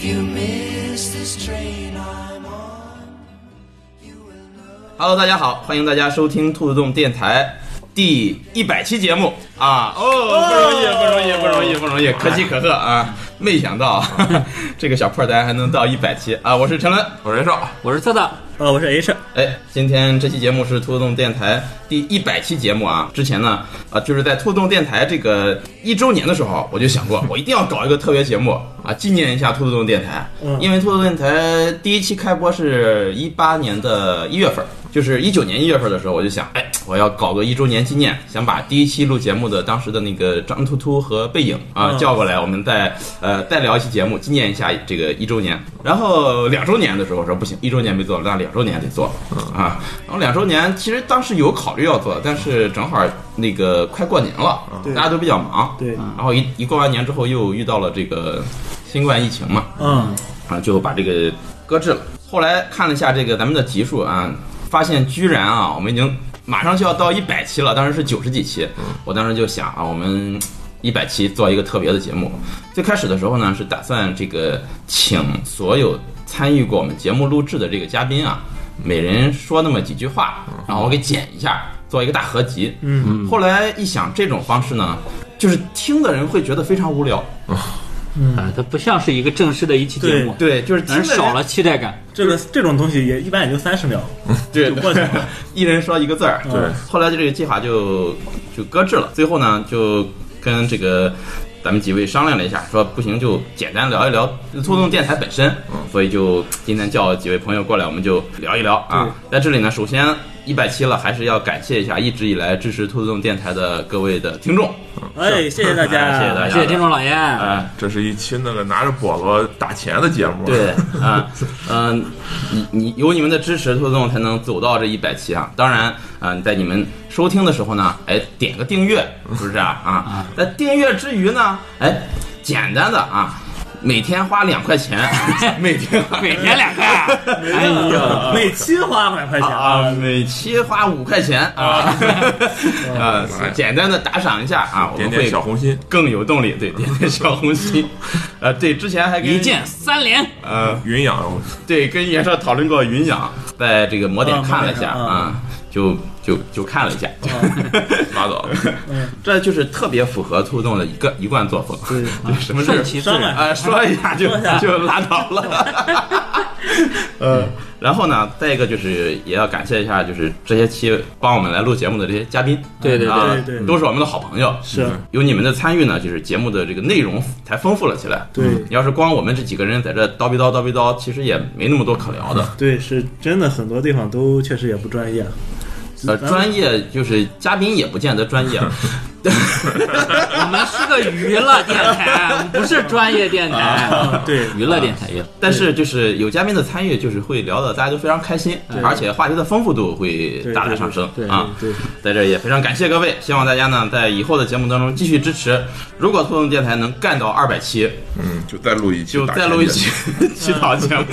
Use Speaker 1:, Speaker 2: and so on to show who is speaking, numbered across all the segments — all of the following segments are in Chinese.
Speaker 1: you miss this train I'm on, you will know.
Speaker 2: Hello，大家好，欢迎大家收听兔子洞电台第一百期节目啊！哦，不容易，不容易，不容易，不容易，可喜可贺啊！没想到 哈哈这个小破台还能到一百期啊！我是陈伦，
Speaker 3: 我是袁绍，
Speaker 4: 我是特特，
Speaker 5: 呃，我是 H，
Speaker 2: 哎，今天这期节目是兔动电台第一百期节目啊。之前呢，啊，就是在兔动电台这个一周年的时候，我就想 过，我一定要搞一个特别节目啊，纪念一下兔动电台。
Speaker 5: 嗯
Speaker 2: 因为兔动电台第一期开播是一八年的一月份，就是一九年一月份的时候，我就想，哎，我要搞个一周年纪念，想把第一期录节目的当时的那个张突突和背影啊
Speaker 5: 嗯
Speaker 2: 叫过来，我们再呃再聊一期节目，纪念一下这个一周年。然后两周年的时候说不行，一周年没做，那两周年得做
Speaker 5: 嗯
Speaker 2: 啊。然后两周年其实当时有考虑要做，但是正好那个快过年了，
Speaker 5: 对
Speaker 2: 大家都比较忙，
Speaker 5: 嗯对
Speaker 2: 然后一一过完年之后又遇到了这个新冠疫情嘛，
Speaker 5: 嗯，
Speaker 2: 啊，就把这个搁置了。后来看了一下这个咱们的集数啊，发现居然啊，我们已经马上就要到一百期了，当时是九十几期。我当时就想啊，我们一百期做一个特别的节目。最开始的时候呢，是打算这个请所有参与过我们节目录制的这个嘉宾啊，每人说那么几句话，然后我给剪一下，做一个大合集。嗯，后来一想，这种方式呢，就是听的人会觉得非常无聊。
Speaker 4: 啊，它不像是一个正式的一期节目，
Speaker 2: 对，就是听
Speaker 4: 咱
Speaker 2: 的人
Speaker 4: 少了期待感。
Speaker 5: 这个这种东西也一般也就三十秒，
Speaker 2: 对，
Speaker 5: 就过去了
Speaker 2: 一人说一个字儿。
Speaker 5: 对
Speaker 2: 后来就这个计划就就搁置了。最后呢，就跟这个咱们几位商量了一下，说不行就简单聊一聊互动电台本身。所以就今天叫几位朋友过来，我们就聊一聊啊。在这里呢，首先。一百期了，还是要感谢一下一直以来支持兔子洞电台的各位的听众，
Speaker 5: 哎，谢谢大
Speaker 2: 嗯
Speaker 5: 家，
Speaker 2: 谢谢大家
Speaker 4: 谢谢听众老爷，
Speaker 2: 啊、
Speaker 3: 这是一期那个拿着菠萝打钱的节目。
Speaker 2: 对，啊，嗯、你你有你们的支持，兔动才能走到这一百期啊！当然，啊、在你们收听的时候呢，哎，点个订阅，是不是 啊？啊，在订阅之余呢，哎，简单的啊，每天花两块 钱，每天花
Speaker 4: 每天两块， 哎呀，
Speaker 5: 啊每期花两块钱
Speaker 2: 啊，，每期花五块钱 啊，呃，简单的打赏一下啊，我
Speaker 3: 点
Speaker 2: 们
Speaker 3: 点
Speaker 2: 会
Speaker 3: 小红心，
Speaker 2: 更有动力，对，点点小红 心，呃，对，之前还跟
Speaker 4: 一键三连，
Speaker 2: 呃。
Speaker 3: 云养
Speaker 2: 对，跟袁绍讨论过云养，在这个魔点
Speaker 5: 啊
Speaker 2: 看了一下
Speaker 5: 魔点上
Speaker 2: 啊，哦就就就看了一下，
Speaker 3: 拉倒。
Speaker 2: 这就是特别符合兔洞的一个一贯作风。嗯 对，什么事
Speaker 4: 顺
Speaker 2: 儿
Speaker 4: 其 自然。
Speaker 2: 啊，说一下就
Speaker 5: 说一下
Speaker 2: 就拉倒了。 呃，然后呢，再一个就是也要感谢一下，就是这些期帮我们来录节目的这些嘉宾，
Speaker 4: 对对对
Speaker 2: 啊
Speaker 5: 对对
Speaker 2: 都是我们的好朋友。
Speaker 5: 是
Speaker 2: 有你们的参与呢，就是节目的这个内容才丰富了起来。
Speaker 5: 对
Speaker 2: 你要是光我们这几个人在这叨逼叨叨逼叨，其实也没那么多可 聊的。
Speaker 5: 对，是真的，很多地方都确实也不专业，
Speaker 2: 呃，专业就是嘉宾也不见得专业，
Speaker 4: 我们是个娱乐电台，我们不是专业电台，
Speaker 5: 对，
Speaker 4: 娱乐电台也
Speaker 2: 但是就是有嘉宾的参与，就是会聊的大家都非常开心，而且话题的丰富度会大大上升
Speaker 5: 对
Speaker 2: 啊。
Speaker 5: 对，
Speaker 2: 在这儿也非常感谢各位，希望大家呢在以后的节目当中继续支持。如果兔动电台能干到二百期，
Speaker 3: 嗯，就再录一期，
Speaker 2: 就再录一期 祈祷节目。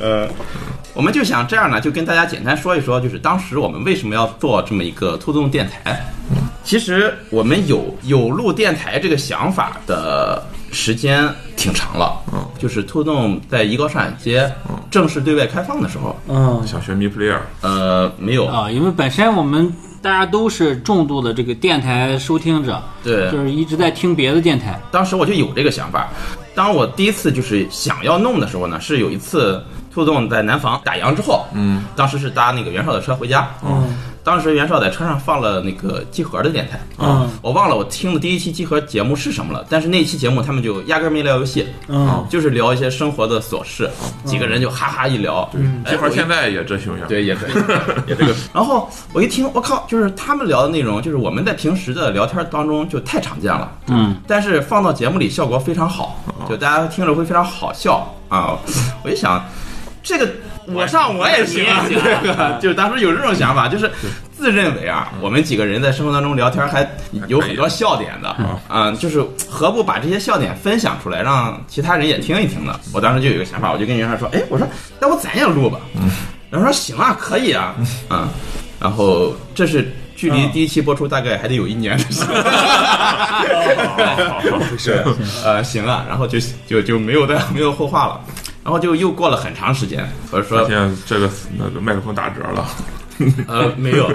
Speaker 2: 呃，我们就想这样呢，就跟大家简单说一说，就是当时我们为什么要做这么一个兔动电台。其实我们有有录电台这个想法的时间挺长了，嗯，就是兔动在一高上海街正式对外开放的时候，
Speaker 5: 嗯，
Speaker 3: 想学 Me Player，
Speaker 2: 呃，没有，
Speaker 4: 啊，因为本身我们大家都是重度的这个电台收听者，
Speaker 2: 对
Speaker 4: 就是一直在听别的电台，
Speaker 2: 当时我就有这个想法。当我第一次就是想要弄的时候呢，是有一次兔洞在南房打烊之后，嗯，当时是搭那个袁绍的车回家，嗯，当时袁绍在车上放了那个集合的电台，
Speaker 5: 嗯
Speaker 2: 我忘了我听的第一期集合节目是什么了，但是那期节目他们就压根儿没聊游戏，
Speaker 5: 嗯，
Speaker 2: 就是聊一些生活的琐事，几个人就哈哈一聊，哎
Speaker 3: 嗯这块
Speaker 2: 我
Speaker 3: 儿
Speaker 2: 一
Speaker 3: 现在也这形象。，
Speaker 2: 对， 也是，也这个。然后我一听，我靠，就是他们聊的内容，就是我们在平时的聊天当中就太常见了，
Speaker 4: 嗯，
Speaker 2: 但是放到节目里效果非常好，就大家听着会非常好笑啊。我一想，这个我上我也行啊，
Speaker 4: 你也行啊
Speaker 2: 这个就当时有这种想法，就是自认为啊，我们几个人在生活当中聊天还有很多笑点的啊，就是何不把这些笑点分享出来，让其他人也听一听呢？我当时就有一个想法，我就跟袁绍说，哎，我说那啊我咱也录吧，然后说行啊，可以啊，嗯，然后这是。距离第一期播出大概还得有一年的时间。是，呃，行啊，然后就就就没有再没 有后话了，然后就又过了很长时间，或者说
Speaker 3: 现在这个那个麦克风打折了，
Speaker 2: 呃没有，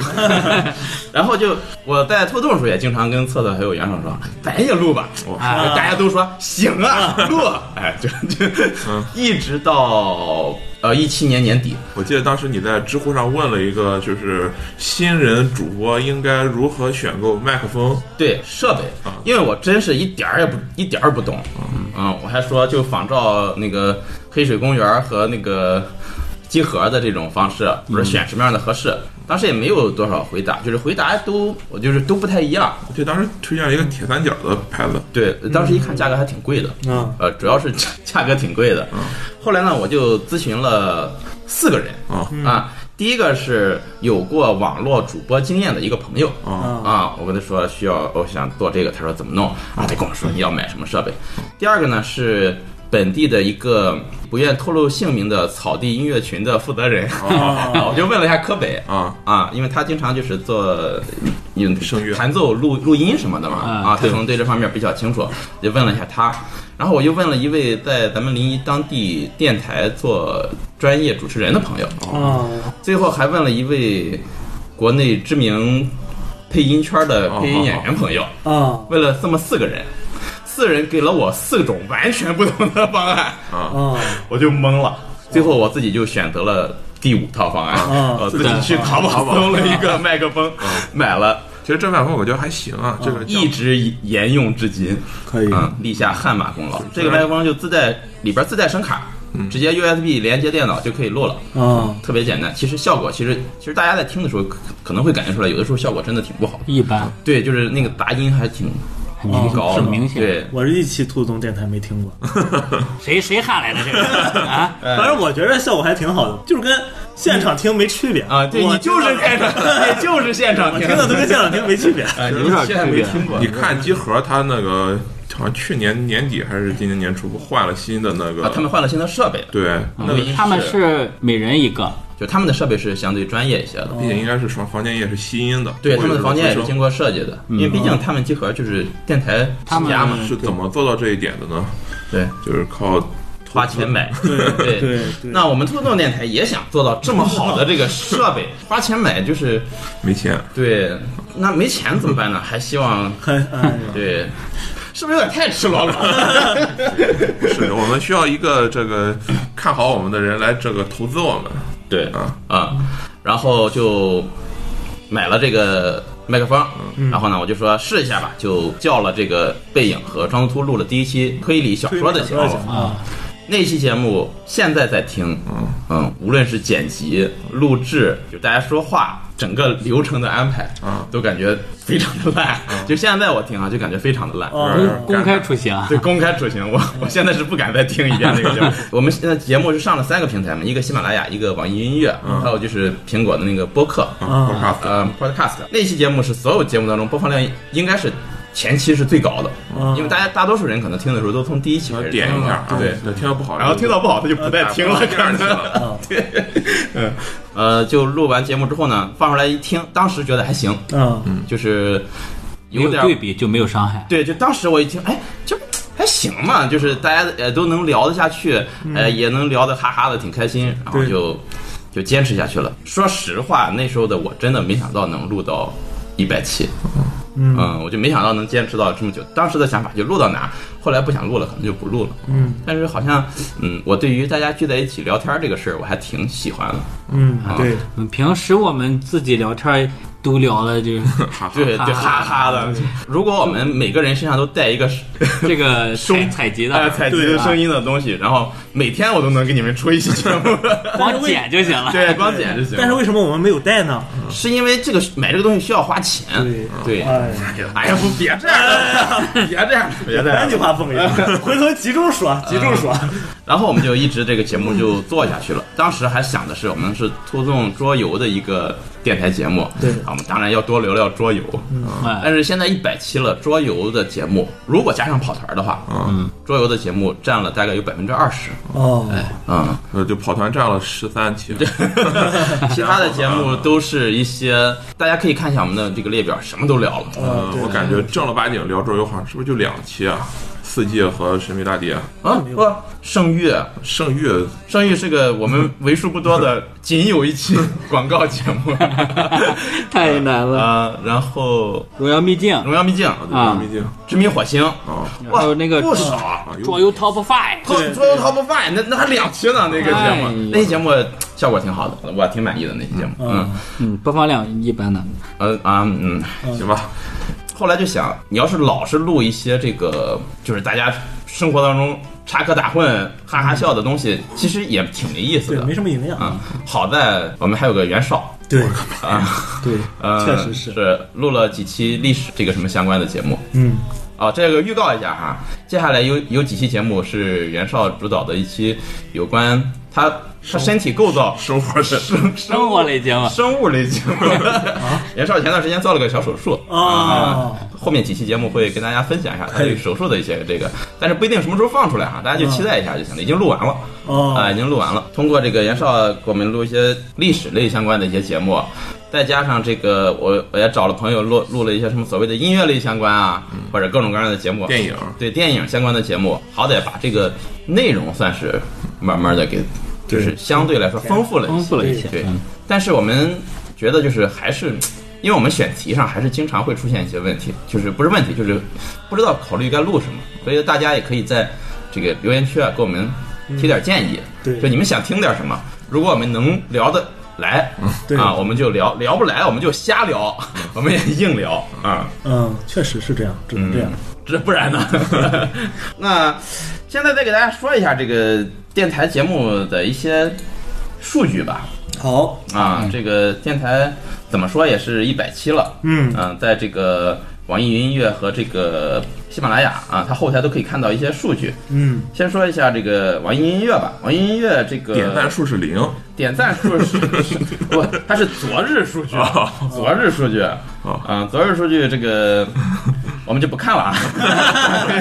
Speaker 2: 然后就我在拖动的时候也经常跟策策还有袁爽说，咱也录吧，
Speaker 4: 啊
Speaker 2: 大家都说行啊，录啊，哎，就就
Speaker 3: 嗯
Speaker 2: 一直到呃一七年年底，
Speaker 3: 我记得当时你在知乎上问了一个，就是新人主播应该如何选购麦克风，
Speaker 2: 对设备
Speaker 3: 啊，
Speaker 2: 因为我真是一点儿也不一点儿不懂，嗯，我还说就仿照那个黑水公园和那个集合的这种方式，我说选什么样的合适。当时也没有多少回答，就是回答都我就是都不太一样。
Speaker 3: 我记得当时推荐了一个铁三角的牌子，
Speaker 2: 对，当时一看价格还挺贵的，
Speaker 5: 啊，
Speaker 2: 呃，主要是价格挺贵的。后来呢，我就咨询了四个人
Speaker 3: 啊
Speaker 2: 啊，第一个是有过网络主播经验的一个朋友，
Speaker 3: 啊
Speaker 2: 啊，我跟他说需要，我想做这个，他说怎么弄啊？他跟我说你要买什么设备。第二个呢是本地的一个不愿透露姓名的草地音乐群的负责人，啊， 我就问了一下柯北
Speaker 3: 啊，
Speaker 2: 啊，因为他经常就是做嗯
Speaker 3: 声乐
Speaker 2: 弹奏、录录音什么的嘛，
Speaker 4: 啊
Speaker 2: 啊，他可能对这方面比较清楚，就问了一下他。然后我又问了一位在咱们临沂当地电台做专业主持人的朋友，
Speaker 3: 哦
Speaker 5: 啊，
Speaker 2: 最后还问了一位国内知名配音圈的
Speaker 3: 哦
Speaker 2: 配音演员朋友，
Speaker 5: 啊，
Speaker 2: 为了这么四个人，四人给了我四种完全不同的方案，
Speaker 3: 啊，
Speaker 5: 啊，
Speaker 2: 我就懵了。最后我自己就选择了第五套方案，呃
Speaker 5: 啊
Speaker 2: 我自己去淘宝搜了一个麦克风，买了，
Speaker 3: 其实这麦克风我觉得还行啊，这个叫
Speaker 2: 一直沿用至今。
Speaker 5: 可以，
Speaker 2: 嗯，立下汗马功劳。这个麦克风就自带里边自带声卡，直接 USB 连接电脑就可以录了。
Speaker 5: 啊，
Speaker 2: 特别简单。其实效果，其实其实大家在听的时候可可能会感觉出来，有的时候效果真的挺不好的。
Speaker 4: 一般
Speaker 2: 对，就是那个杂音还挺
Speaker 4: 很明
Speaker 2: 挺高的，
Speaker 4: 很明显。
Speaker 2: 对，
Speaker 5: 我是一期兔总电台没听过，
Speaker 4: 谁谁喊来的这 个啊？
Speaker 2: 哎
Speaker 5: 反正我觉得效果还挺好的，就是跟现场听没区别
Speaker 2: 啊，对
Speaker 5: 我
Speaker 2: 你就是现 场，你就是现场
Speaker 5: 我
Speaker 2: 听
Speaker 5: 听的都跟现场听 没区别。
Speaker 2: 啊，
Speaker 6: 有
Speaker 2: 你
Speaker 6: 点
Speaker 2: 现在
Speaker 6: 区
Speaker 2: 没
Speaker 6: 别
Speaker 2: 听过
Speaker 3: 你看集合，他那个好像去年年底还是今年年初换了新的那
Speaker 2: 啊？他们
Speaker 3: 个，
Speaker 2: 换了新的设备了，
Speaker 3: 对，那个
Speaker 2: 录音
Speaker 4: 他们是每人一个，
Speaker 2: 就他们的设备是相对专业一些的。
Speaker 5: 哦
Speaker 3: 并且应该是说房间也是吸音的，
Speaker 2: 对，他
Speaker 3: 或者
Speaker 2: 们的房间也是
Speaker 3: 说
Speaker 2: 经过设计的，
Speaker 5: 嗯
Speaker 2: 因为毕竟他们集合就是电台
Speaker 4: 他们
Speaker 2: 起家嘛，
Speaker 3: 是怎么做到这一点的呢？
Speaker 2: 对，
Speaker 3: 就是靠
Speaker 2: 花钱买，对
Speaker 5: 对对
Speaker 2: 那我们兔洞电台也想做到这么好的这个设 备，花钱买就是
Speaker 3: 没钱，
Speaker 2: 对，那没钱怎么办呢？还希望
Speaker 5: 很哎呀
Speaker 2: 对，是不是有点太赤裸 了？
Speaker 3: 是我们需要一个这个看好我们的人来这个投资我们
Speaker 2: 对
Speaker 3: 啊，
Speaker 2: 啊、然后就买了这个麦克风，
Speaker 5: 嗯
Speaker 2: 然后呢，我就说试一下吧，就叫了这个背影和张图录了第一期推理小说的节目
Speaker 5: 推理小说的节目
Speaker 2: 啊。那期节目现在在听，嗯，无论是剪辑、录制，就大家说话，整个流程的安排，
Speaker 3: 嗯
Speaker 2: 都感觉非常的烂。就现在我听啊，就感觉非常的烂。
Speaker 3: 嗯
Speaker 5: 哦
Speaker 4: 公公开出行啊
Speaker 2: 对，公开处刑，我我现在是不敢再听一遍这个 节目。我们现在节目是上了三个平台嘛，一个喜马拉雅，一个网易云音乐，
Speaker 3: 嗯
Speaker 2: 还有就是苹果的那个播客，
Speaker 3: 啊，不卡
Speaker 2: 呃，Podcast。那期节目是所有节目当中播放量应该是前期是最高的，因为大家大多数人可能听的时候都从第一期开始
Speaker 3: 嗯点一下啊，
Speaker 2: 对。
Speaker 3: 对，听到不好，
Speaker 2: 然后听到不好，他就不再听了，
Speaker 3: 啊
Speaker 2: 可能
Speaker 3: 第 二期了。
Speaker 2: 对，嗯，呃，就录完节目之后呢，放出来一听，当时觉得还行，
Speaker 5: 啊，
Speaker 2: 嗯就是
Speaker 4: 没有
Speaker 2: 点
Speaker 4: 对比就没有伤害。
Speaker 2: 对，就当时我一听，哎，就还行嘛，就是大家呃都能聊得下去，呃也能聊得哈哈的挺开心，然后
Speaker 5: 对
Speaker 2: 就就坚持下去了。说实话，那时候的我真的没想到能录到一百期，
Speaker 5: 嗯
Speaker 2: 嗯，我就没想到能坚持到这么久。当时的想法就录到哪儿，后来不想录了，可能就不录了。
Speaker 5: 嗯，
Speaker 2: 但是好像嗯，我对于大家聚在一起聊天这个事儿，我还挺喜欢的。
Speaker 5: 嗯，对，
Speaker 4: 嗯平时我们自己聊天儿都聊的就是
Speaker 2: 对对，哈哈的。如果我们每个人身上都带一个
Speaker 4: 这个采
Speaker 2: 收
Speaker 4: 采集
Speaker 2: 哎
Speaker 4: 的，
Speaker 2: 采集的声音的东西，然后每天我都能给你们出一期节目，
Speaker 4: 光剪就行了。
Speaker 2: 对，光剪就行。
Speaker 5: 但是为什么我们没有带呢？
Speaker 2: 是因为这个买这个东西需要花钱，对。
Speaker 5: 哎，
Speaker 2: 哎呀，不别这样了，别这样了，别这样
Speaker 5: 三句
Speaker 2: 了。
Speaker 5: 话奉言，嗯回头集中说，集中说。
Speaker 2: 然后我们就一直这个节目就做下去了。当时还想的是，我们是突纵桌游的一个电台节目，
Speaker 5: 对
Speaker 2: 啊我们当然要多聊聊桌游。
Speaker 4: 哎
Speaker 2: 但是现在一百期了，桌游的节目如果加上跑团的话，
Speaker 3: 嗯，
Speaker 2: 桌游的节目占了大概有百分之二十，
Speaker 5: 哦，
Speaker 2: 嗯，
Speaker 3: 呃，就跑团占了十三期，
Speaker 2: 其他的节目都是一些大家可以看一下我们的这个列表，什么都聊了，
Speaker 5: 啊，
Speaker 3: 嗯，
Speaker 5: 对
Speaker 3: 我感觉正儿八经聊桌游好像是不是就两期啊？四季和神秘大帝，
Speaker 2: 啊，不，圣域，
Speaker 3: 圣域
Speaker 2: 圣域是个我们为数不多的仅有一期广告节目，
Speaker 4: 太难了，
Speaker 2: 啊，然后
Speaker 4: 荣耀秘境
Speaker 2: 荣耀秘境、
Speaker 4: 啊
Speaker 3: 秘境
Speaker 2: 殖民火星，
Speaker 3: 啊，
Speaker 2: 哇
Speaker 4: 还有那个
Speaker 2: 不少。
Speaker 3: 啊
Speaker 4: 桌游 Top Five，
Speaker 2: 桌
Speaker 5: 对
Speaker 2: 桌游 Top Five，那那还两期呢，那个节
Speaker 4: 哎呀
Speaker 2: 目，那期节目效果挺好的，我挺满意的那期节目，嗯，
Speaker 4: 嗯，播放量一般的，
Speaker 2: 呃啊嗯，
Speaker 3: 行吧，
Speaker 2: 后来就想，你要是老是录一些这个，就是大家生活当中插科打诨、哈哈笑的东西，其实也挺没意思
Speaker 5: 对，
Speaker 2: 的
Speaker 5: 没。什么营养。
Speaker 2: 嗯，好在我们还有个袁绍，
Speaker 5: 对，对，
Speaker 2: 呃，
Speaker 5: 确实
Speaker 2: 是
Speaker 5: 是，
Speaker 2: 录了几期历史这个什么相关的节目。
Speaker 5: 嗯，
Speaker 2: 哦，这个预告一下哈，接下来有有几期节目是袁绍主导的一期有关他他身体构造、
Speaker 3: 生活是
Speaker 4: 生活类节目，
Speaker 2: 生物类节 目。袁绍前段时间做了个小手术
Speaker 5: 哦
Speaker 2: 啊后面几期节目会跟大家分享一下他这个手术的一些这个，但是不一定什么时候放出来啊，大家就期待一下就行了。已经录完了啊，
Speaker 5: 哦
Speaker 2: 已，经录完了。通过这个袁绍给我们录一些历史类相关的一些节目。再加上这个，我我也找了朋友录录了一些什么所谓的音乐类相关啊，或者各种各样的节目，
Speaker 3: 电影
Speaker 2: 对电影相关的节目，好歹把这个内容算是慢慢的给，就是相对来说丰富了一些
Speaker 4: 丰富了一些，嗯
Speaker 2: 对，但是我们觉得就是还是，因为我们选题上还是经常会出现一些问题，就是不是问题，就是不知道考虑该录什么，所以大家也可以在这个留言区啊给我们提点建议，
Speaker 5: 嗯对
Speaker 2: 就你们想听点什么，如果我们能聊得来。
Speaker 5: 对
Speaker 2: 啊，我们就聊聊不来，我们就瞎聊，我们也硬聊啊，嗯
Speaker 5: 嗯，确实是这样，只能这样。
Speaker 2: 这不然呢？ 那现在再给大家说一下这个电台节目的一些数据吧。
Speaker 5: 好，
Speaker 2: 啊，这个电台怎么说也是一百期了，
Speaker 5: 嗯
Speaker 2: 啊在这个网易云音乐和这个喜马拉雅啊，它后台都可以看到一些数据。
Speaker 5: 嗯，
Speaker 2: 先说一下这个网易云音乐吧，网易云音乐这个
Speaker 3: 点赞数是零，
Speaker 2: 点赞数是 是不，它是昨日数据，
Speaker 3: 哦
Speaker 2: 昨日数据，啊、昨日数据这个我们就不看了啊，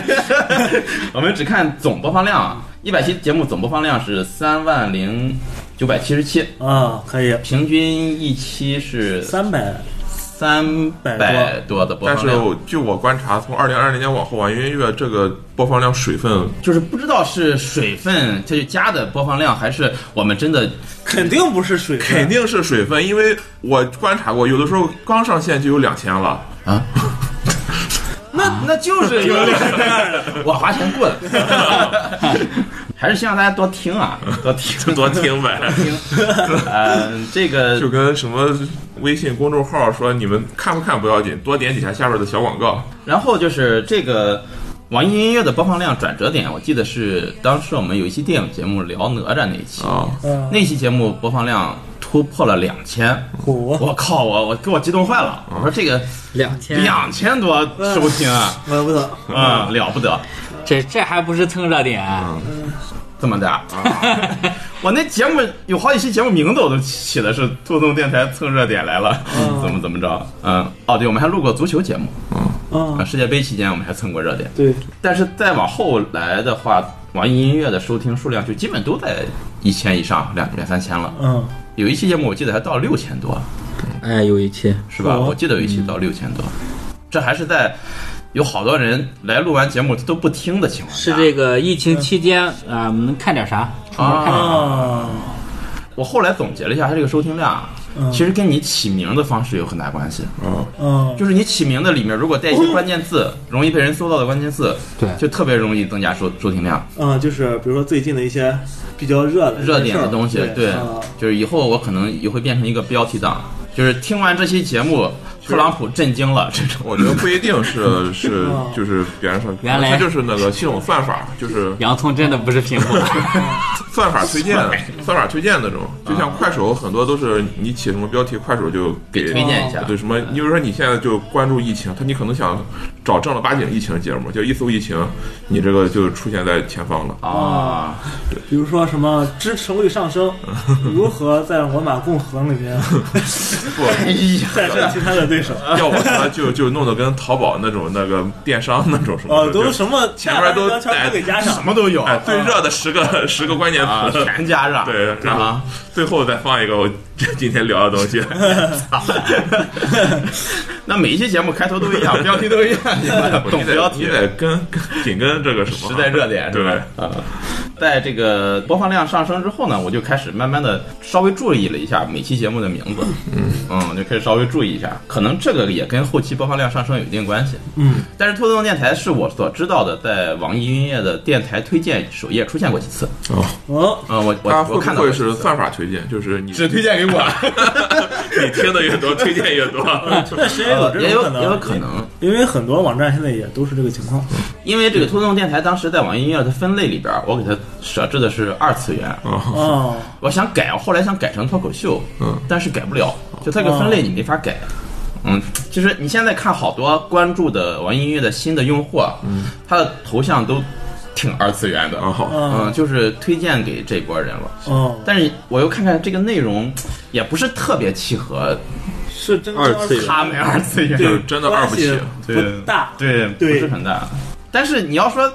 Speaker 2: 我们只看总播放量啊，一百期节目总播放量是三万零九百七十七。
Speaker 5: 啊，可以，
Speaker 2: 平均一期是
Speaker 5: 三百，
Speaker 2: 三百多的播
Speaker 3: 但
Speaker 2: 放
Speaker 3: 是
Speaker 2: 量，
Speaker 3: 我据我观察，从二零二零年往后，网易云音乐这个播放量水分
Speaker 2: 就是不知道是水分它就加的播放量，还是我们真的
Speaker 5: 肯定不是水分，
Speaker 3: 肯定是水分，因为我观察过，有的时候刚上线就有两千了。
Speaker 2: 啊？那那就是有点儿 我花钱过的，还是希望大家多听啊，多听
Speaker 3: 多听呗，
Speaker 2: 呃，这个
Speaker 3: 就跟什么微信公众号说，你们看不看不要紧，多点几下下边的小广告。
Speaker 2: 然后就是这个网易云音乐的播放量转折点，我记得是当时我们有一期电影节目聊哪吒那一期，
Speaker 3: 啊、
Speaker 5: 嗯，
Speaker 2: 那期节目播放量突破了两千。
Speaker 5: 火，
Speaker 2: 我靠，我我给我激动坏了！我说这个
Speaker 4: 两千
Speaker 2: 两千多收听 啊，
Speaker 5: 我不得，
Speaker 2: 啊、了不得，
Speaker 4: 这这还不是蹭热点，
Speaker 2: 啊这么的啊！ 我那节目有好几期节目名字我都起的是“兔动电台蹭热点来了”，怎么怎么着？嗯，哦，对，我们还录过足球节目啊，
Speaker 5: 啊，
Speaker 2: 世界杯期间我们还蹭过热点，
Speaker 5: 对，
Speaker 2: 但是再往后来的话，网易音乐的收听数量就基本都在一千以上，两两三千了。
Speaker 5: 嗯，
Speaker 2: 有一期节目我记得还到六千多，
Speaker 4: 哎，有一期
Speaker 2: 是吧？
Speaker 5: 哦
Speaker 2: 我记得有一期到六千多，这还是在有好多人来录完节目都不听的情况下。
Speaker 4: 是这个疫情期间啊，我们看点啥？
Speaker 2: 啊！
Speaker 5: 啊，
Speaker 2: 我后来总结了一下，它这个收听量啊，
Speaker 5: 嗯
Speaker 2: 其实跟你起名的方式有很大关系。
Speaker 3: 嗯，
Speaker 5: 嗯，
Speaker 2: 就是你起名的里面如果带一些关键
Speaker 3: 哦
Speaker 2: 字，容易被人搜到的关键字，
Speaker 4: 对
Speaker 2: 就特别容易增加收收听量。
Speaker 5: 嗯，就是比如说最近的一些比较热的
Speaker 2: 热点的东西
Speaker 5: 事，儿
Speaker 2: 对
Speaker 3: 嗯
Speaker 5: 啊，
Speaker 2: 就是以后我可能也会变成一个标题党，就是听完这期节目，特朗普震惊了这种。
Speaker 3: 我觉得不一定是是就是别人说，
Speaker 4: 原来
Speaker 3: 它就是那个系统算法，就是
Speaker 4: 洋葱真的不是苹 果，
Speaker 3: 算法推荐，啊 算法推荐那种，就像快手很多都是你起什么标题，快手就给
Speaker 2: 给推荐一下
Speaker 3: 对什么，你比如说你现在就关注疫情，他你可能想找正儿八经疫情节目，就一搜疫情，你这个就出现在前方了。
Speaker 2: 啊，
Speaker 5: 比如说什么支持率上 升，如何在罗马共和里面
Speaker 2: 哎呀，
Speaker 5: 战胜其他的对手？
Speaker 3: 要我他妈就就弄得跟淘宝那种那个电商那种什么
Speaker 5: 哦，
Speaker 3: 的，
Speaker 5: 都
Speaker 3: 啊就是
Speaker 5: 什么
Speaker 3: 前面都
Speaker 5: 标签
Speaker 3: 带
Speaker 5: 都给加上
Speaker 2: 什，么都有
Speaker 3: 哎
Speaker 2: 啊，
Speaker 3: 最热的十个 十个关键词，
Speaker 2: 全加上，
Speaker 3: 对，然后
Speaker 2: 啊，
Speaker 3: 最后再放一个我今天聊的东 西。
Speaker 2: 那每一期节目开头都一样，标题都一样，你们
Speaker 3: 我
Speaker 2: 懂
Speaker 3: 你
Speaker 2: 标
Speaker 3: 得
Speaker 2: 题
Speaker 3: 你。得跟跟紧跟这个什么
Speaker 2: 时代热点是
Speaker 3: 对
Speaker 2: 吧？啊，在这个播放量上升之后呢，我就开始慢慢的稍微注意了一下每期节目的名字，嗯就开始稍微注意一下，可能这个也跟后期播放量上升有一定关系。
Speaker 5: 嗯，
Speaker 2: 但是兔子洞电台是我所知道的，在网易音乐的电台推荐首页出现过几次，
Speaker 3: 哦，
Speaker 5: 哦，
Speaker 2: 嗯，我我
Speaker 3: 它
Speaker 2: 我
Speaker 3: 会
Speaker 2: 看
Speaker 3: 不
Speaker 2: 到过
Speaker 3: 会
Speaker 2: 几次
Speaker 3: 是算法推荐？就是你
Speaker 2: 只推荐给我，
Speaker 3: 你听的越多，推荐越多。
Speaker 5: 确实也有
Speaker 3: 呃
Speaker 5: 这
Speaker 2: 呃也
Speaker 5: 种
Speaker 2: 有
Speaker 5: 可
Speaker 2: 也有
Speaker 5: 能，
Speaker 2: 可能，
Speaker 5: 因为很多网站现在也都是这个情 况。
Speaker 2: 因为这个兔子洞电台当时在网易音乐的分类里边，我给它设置的是二次元，
Speaker 3: 哦，
Speaker 5: 哦，
Speaker 2: 我想改，我后来想改成脱口秀，
Speaker 3: 嗯，哦
Speaker 2: 但是改不了，就它这个分类你没法改。嗯，就是你现在看好多关注的网易音乐的新的用户，嗯，他的头像都挺二次元的，
Speaker 3: 啊好，
Speaker 5: 哦
Speaker 2: 嗯，就是推荐给这波人了。
Speaker 5: 哦，
Speaker 2: 但是我又看看这个内容，也不是特别契合
Speaker 5: 是真
Speaker 6: 二次元
Speaker 2: 他们二次元，
Speaker 3: 就是真的二不起。
Speaker 5: 对不大，
Speaker 2: 对，不
Speaker 5: 对
Speaker 2: 是很大。但是你要说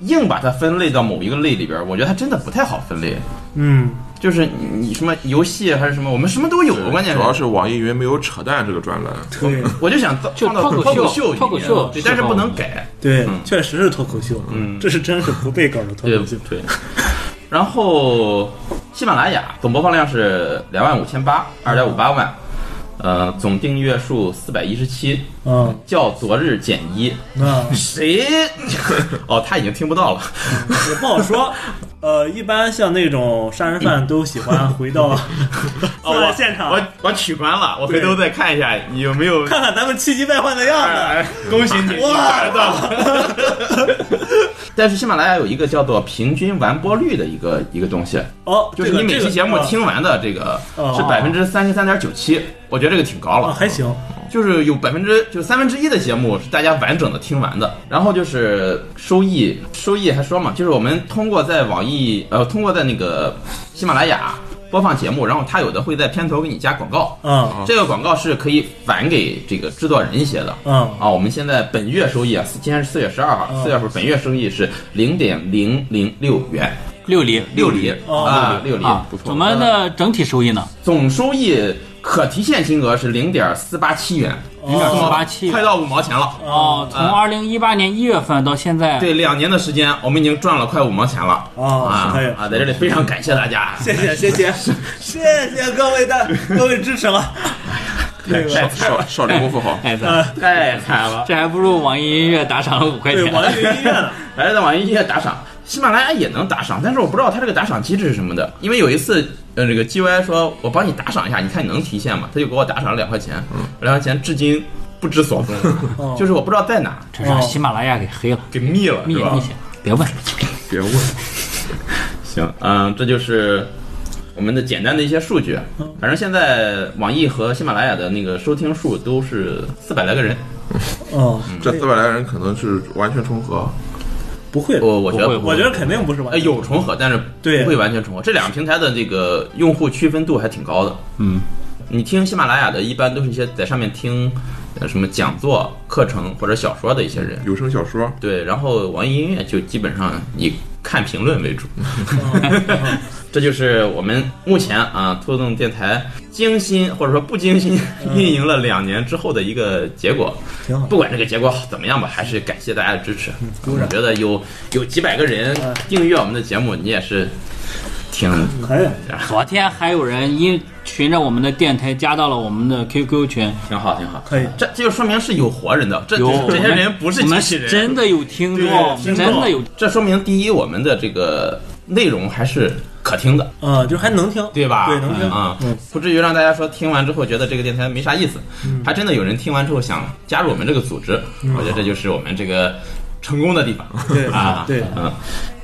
Speaker 2: 硬把它分类到某一个类里边儿，我觉得它真的不太好分类。
Speaker 5: 嗯，
Speaker 2: 就是你什么游戏还是什么，我们什么都有，关键
Speaker 3: 主要是网易云没有扯淡这个专栏。
Speaker 5: 对
Speaker 3: 嗯
Speaker 2: 我就想造
Speaker 4: 就
Speaker 2: 放到
Speaker 4: 脱口
Speaker 2: 脱口
Speaker 4: 秀
Speaker 2: 里
Speaker 4: 脱口
Speaker 2: 面
Speaker 4: 秀
Speaker 2: 对
Speaker 4: 是
Speaker 2: 但是
Speaker 4: 吧
Speaker 2: 不能改，
Speaker 5: 对，
Speaker 3: 嗯
Speaker 5: 确实是脱口秀，嗯，这是真是不背稿的脱
Speaker 2: 对
Speaker 5: 口秀，
Speaker 2: 对。然后喜马拉雅总播放量是两万五千八，二点五八万，呃，总订阅数四百一十七，
Speaker 5: 嗯，
Speaker 2: 叫昨日减一。
Speaker 5: 那
Speaker 2: 谁？ 哦，他已经听不到了。
Speaker 5: 也不好说。呃，一般像那种杀人 犯都喜欢回到
Speaker 3: 哦
Speaker 5: 作案 现场，
Speaker 2: 哦我我取关了，我回头再看一下有没有。
Speaker 5: 看看咱们气急败坏的样子。
Speaker 2: 哎 恭喜你！ 哇， 但是喜马拉雅有一个叫做平均完播率的一个一个东西，
Speaker 5: 哦，
Speaker 2: 就是你
Speaker 5: 这个
Speaker 2: 每期节目，
Speaker 5: 这
Speaker 2: 听完的这个
Speaker 5: 哦
Speaker 2: 是百分之三十三点九七，我觉得这个挺高
Speaker 5: 个啊，
Speaker 2: 了，
Speaker 5: 还行，
Speaker 2: 就是有百分之就三分之一的节目是大家完整的听完的。然后就是收益，收益还说嘛，就是我们通过在网易呃，通过在那个喜马拉雅播放节目，然后它有的会在片头给你加广告，
Speaker 5: 嗯
Speaker 2: 这个广告是可以返给这个制作人一些的。
Speaker 5: 嗯，
Speaker 2: 啊，我们现在本月收益啊，今天是四月十二号，
Speaker 5: 嗯
Speaker 2: 四月份本月收益是零点零零六元，
Speaker 4: 六厘
Speaker 2: 六厘
Speaker 5: 哦
Speaker 2: 啊，六厘
Speaker 4: 啊，
Speaker 2: 不错。呃嗯
Speaker 4: 我们的整体收益呢？
Speaker 2: 总收益可提现金额是零点四八七元，
Speaker 5: 哦
Speaker 4: 0.487
Speaker 2: 快到五毛钱了。
Speaker 4: 哦，从二零一八年一月份到现在，
Speaker 2: 啊对，两年的时间，我们已经赚了快五毛钱了。
Speaker 5: 哦
Speaker 2: 啊哎
Speaker 5: 可以
Speaker 2: 啊，在这里非常感谢大家，
Speaker 5: 谢谢谢谢谢谢各 位的各位支持了，这
Speaker 2: 太
Speaker 5: 个
Speaker 2: 惨
Speaker 3: 少
Speaker 2: 了，
Speaker 3: 少林功夫好，
Speaker 4: 哎，咱
Speaker 5: 呃，
Speaker 2: 太惨了。
Speaker 4: 这还不如网易音乐打赏了五块
Speaker 2: 哎
Speaker 5: 对
Speaker 4: 钱。
Speaker 5: 网易云音 乐呢，
Speaker 2: 来在网易音乐打赏，喜马拉雅也能打赏，但是我不知道它这个打赏机制是什么的。因为有一次，呃，这个 G Y 说我帮你打赏一下，你看你能提现吗？他就给我打赏了两块钱，两块钱至今不知所
Speaker 5: 哦
Speaker 2: 踪，就是我不知道在哪
Speaker 4: 这让喜马拉雅给黑了，
Speaker 2: 给密了，
Speaker 4: 密
Speaker 2: 哦是吧
Speaker 4: 密？别问，
Speaker 3: 别问。
Speaker 2: 行，嗯，这就是。我们的简单的一些数据，
Speaker 4: 嗯
Speaker 2: 反正现在网易和喜马拉雅的那个收听数都是四百来个人，
Speaker 5: 哦，
Speaker 2: 嗯
Speaker 3: 这四百来人可能是完全重合，
Speaker 5: 不会的，
Speaker 2: 我我觉
Speaker 4: 不会
Speaker 2: 得
Speaker 4: 不会
Speaker 5: 我觉得肯定不是网
Speaker 2: 呃
Speaker 5: 易
Speaker 2: 有重合，但是
Speaker 5: 对
Speaker 2: 不会完全重合。这两个平台的这个用户区分度还挺高的。
Speaker 4: 嗯，
Speaker 2: 你听喜马拉雅的，一般都是一些在上面听呃什么讲座、课程或者小说的一些人。
Speaker 3: 有声小说。
Speaker 2: 对，然后网易音乐就基本上以看评论为主。
Speaker 5: 哦
Speaker 2: 这就是我们目前啊，兔动电台精心或者说不精心运营了两年之后的一个结果。
Speaker 5: 挺好嗯
Speaker 2: 不管这个结果怎么样吧，还是感谢大家的支持。
Speaker 5: 鼓掌
Speaker 2: 我觉得有有几百个人订阅我们的节目，你也是挺
Speaker 5: 可以，
Speaker 4: 昨天还有人因循着我们的电台加到了我们的 QQ 群，
Speaker 2: 挺好，挺好。
Speaker 5: 可以
Speaker 2: 这这就说明是有活人的，这
Speaker 4: 有
Speaker 2: 这些人不是
Speaker 4: 我
Speaker 2: 机
Speaker 4: 们
Speaker 2: 器人，
Speaker 4: 真的有听众，
Speaker 2: 对
Speaker 4: 我们真的有。
Speaker 2: 这说明第一，我们的这个内容还是可听的，
Speaker 5: 啊，就是还能听，
Speaker 2: 对吧？
Speaker 5: 对，能听
Speaker 2: 啊、
Speaker 5: 嗯
Speaker 2: 不至于让大家说听完之后觉得这个电台没啥意思，还真的有人听完之后想加入我们这个组织，
Speaker 5: 嗯
Speaker 2: 我觉得这就是我们这个成功的地 方。
Speaker 5: 对
Speaker 2: 啊，
Speaker 5: 对
Speaker 2: 嗯。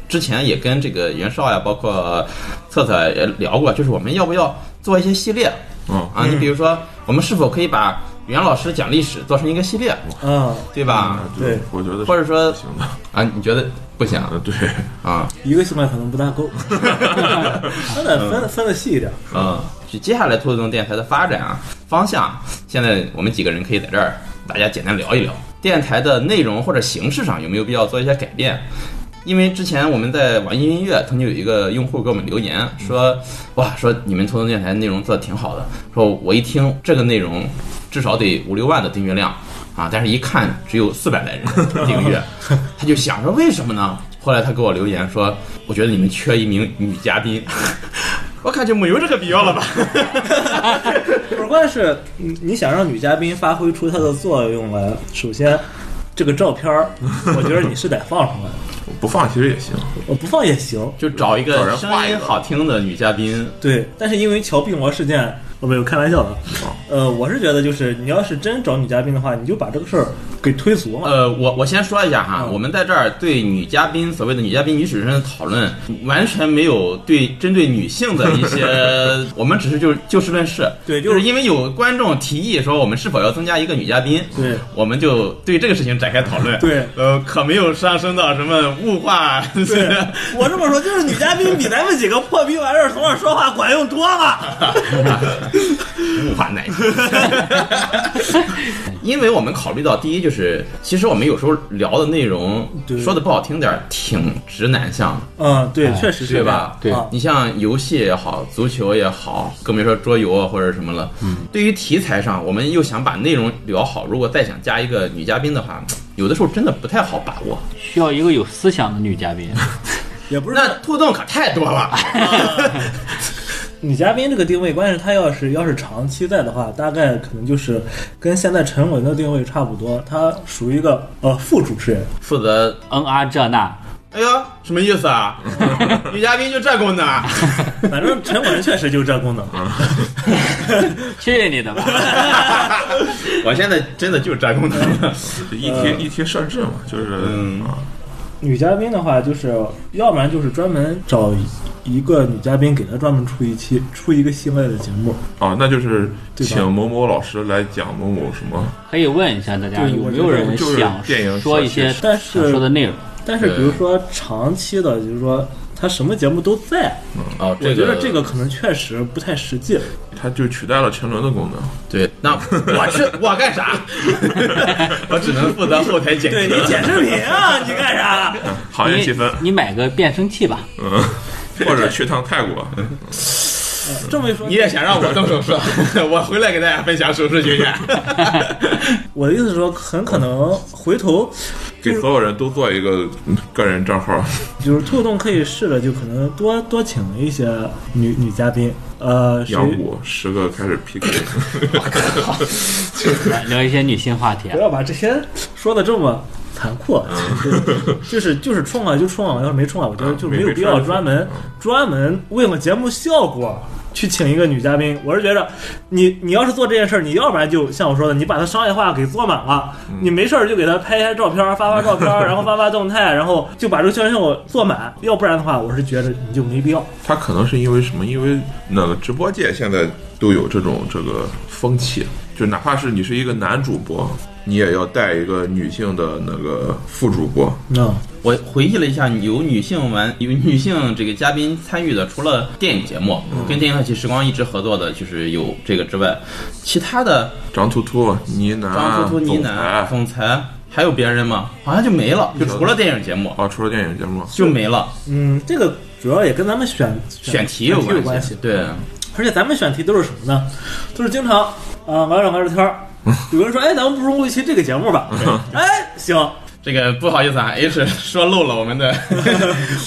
Speaker 2: 之前也跟这个袁绍呀，包括策策也聊过，就是我们要不要做一些系列啊
Speaker 3: 嗯，
Speaker 2: 啊？你比如说，我们是否可以把语言老师讲历史做成一个系列，
Speaker 5: 嗯，
Speaker 2: 啊对吧？
Speaker 5: 对
Speaker 3: 我觉得是
Speaker 2: 或者说
Speaker 3: 不行的，
Speaker 2: 啊，你觉得不行
Speaker 3: 呃，对，
Speaker 2: 啊？
Speaker 5: 一个习惯可能不 大够，分的分分的细一点。
Speaker 2: 嗯，就接下来兔子洞电台的发展啊方向，现在我们几个人可以在这儿大家简单聊一聊，电台的内容或者形式上有没有必要做一些改变？因为之前我们在网易云音乐曾经有一个用户给我们留言说，哇，说你们兔子洞电台内容做的挺好的，说我一听这个内容至少得五六万的订阅量啊，但是一看只有四百来人订阅，他就想说为什么呢？后来他给我留言说，我觉得你们缺一名女嘉宾，我感觉没有这个必要了吧。
Speaker 5: 不是，关键是你你想让女嘉宾发挥出她的作用来，首先这个照片 儿，我觉得你是得放出来的，
Speaker 3: 不放其实也行，
Speaker 5: 我不放也行。
Speaker 2: 就找一
Speaker 3: 找
Speaker 2: 个
Speaker 3: 人
Speaker 2: 声
Speaker 3: 画一
Speaker 2: 音
Speaker 3: 个
Speaker 2: 好听的女嘉宾，
Speaker 5: 对，但是因为乔碧萝事件，我没有开玩笑的，
Speaker 2: 哦
Speaker 5: 呃，我是觉得就是你要是真找女嘉宾的话，你就把这个事儿给推足嘛。
Speaker 2: 呃，我我先说一下哈，
Speaker 5: 嗯
Speaker 2: 我们在这儿对女嘉宾所谓的女嘉宾、女主持人的讨论，完全没有对针对女性的一 些，我们只是就是就事论事。
Speaker 5: 对
Speaker 2: 就
Speaker 5: 就是
Speaker 2: 因为有观众提议说我们是否要增加一个女嘉宾，
Speaker 5: 对，
Speaker 2: 我们就对这个事情展开讨论。
Speaker 5: 对
Speaker 2: 呃，可没有上升到什么物化。
Speaker 5: 对，我这么说就是女嘉宾比咱们几个破逼玩意儿从这儿说话管用多了。
Speaker 2: 物化奶昔。因为我们考虑到，第一就是，其实我们有时候聊的内容，
Speaker 5: 对
Speaker 2: 说的不好听点儿，挺直男向的，
Speaker 5: 嗯，对，确实是
Speaker 2: 哎对吧？
Speaker 5: 这样啊
Speaker 2: 你像游戏也好，足球也好，更别说桌游啊或者什么了。嗯，对于题材上，我们又想把内容聊好，如果再想加一个女嘉宾的话，有的时候真的不太好把握。
Speaker 4: 需要一个有思想的女 嘉宾。
Speaker 5: 也不是
Speaker 2: 那兔洞可太多 了，
Speaker 5: 女嘉宾这个定位，关键是她要是要是长期在的话，大概可能就是跟现在陈文的定位差不多，她属于一个呃副主持人。
Speaker 2: 负责。
Speaker 4: 嗯啊，这 那
Speaker 2: 哎呀，什么意思 啊？女嘉宾就这功能啊？
Speaker 5: 反正陈文确实就是这功能。
Speaker 4: 去你的吧！
Speaker 2: 我现在真的就是这功能了。
Speaker 3: 一贴一贴设置嘛，就是
Speaker 2: 嗯
Speaker 3: 啊，
Speaker 5: 女嘉宾的话，就是要不然就是专门找一个女嘉宾给她专门出一期出一个系列的节目。
Speaker 3: 哦，那就是
Speaker 5: 对吧
Speaker 3: 请某某老师来讲某某什么，
Speaker 4: 可以问一下大家
Speaker 5: 对
Speaker 4: 有没有人想说一些
Speaker 5: 但
Speaker 4: 想说的
Speaker 5: 是
Speaker 4: 内容？
Speaker 5: 但是比如说长期的，就是说她什么节目都在，
Speaker 2: 哦，
Speaker 5: 我觉得这个可能确实不太实 际。
Speaker 3: 它就取代了沉沦的功能。
Speaker 2: 对，那我去，我干 啥？我只能负责后台剪辑。
Speaker 5: 剪视频啊，你干啥？
Speaker 3: 行业气氛，
Speaker 4: 你买个变声器吧，
Speaker 3: 嗯，或者去趟泰国，
Speaker 5: 这么一说，
Speaker 2: 你也想让我动手术？ 我回来给大家分享手术经验。
Speaker 5: 我的意思是说，很可能回头
Speaker 3: 给所有人都做一个嗯个人账号，
Speaker 5: 就是兔洞可以试着，就可能多多请一些女女嘉宾，呃，谁
Speaker 3: 养蛊十个开始 PK，
Speaker 4: 聊一些女性话题啊
Speaker 5: 不。要把这些说的这么残酷啊， 就是就是冲啊就冲啊，要是没冲啊，我觉得就没有必要专门专门为了节目效果。去请一个女嘉宾，我是觉得你你要是做这件事儿，你要不然就像我说的，你把它商业化给做满了，你没事儿就给她拍一拍照片儿，发发照片 儿，然后发发动态，然后就把这个宣传效果做满。要不然的话，我是觉得你就没必要。
Speaker 3: 他可能是因为什么？因为那个直播界现在都有这种这个风气，就哪怕是你是一个男主播，你也要带一个女性的那个副主播。
Speaker 5: 嗯，
Speaker 2: 我回忆了一下，有女性玩有女性这个嘉宾参与的，除了电影节目跟电影一起时光一直合作的，就是有这个之外，其他的
Speaker 3: 张图图、倪楠、
Speaker 2: 张图图、倪楠、
Speaker 3: 总裁
Speaker 2: 啊总裁，还有别人吗？好像就没了，就除了电影节目
Speaker 3: 啊，除了电影节目，
Speaker 2: 就没了。
Speaker 5: 嗯，这个主要也跟咱们选
Speaker 2: 选题
Speaker 5: 有
Speaker 2: 关
Speaker 5: 关
Speaker 2: 系
Speaker 5: 系，，
Speaker 2: 对，
Speaker 5: 而且咱们选题都是什么呢？都是经常啊、呃玩着玩着天 儿，有人说，哎，咱们不如录一期这个节目吧？
Speaker 3: 嗯
Speaker 5: 哎，行，
Speaker 2: 这个不好意思啊，H 说漏了我们 的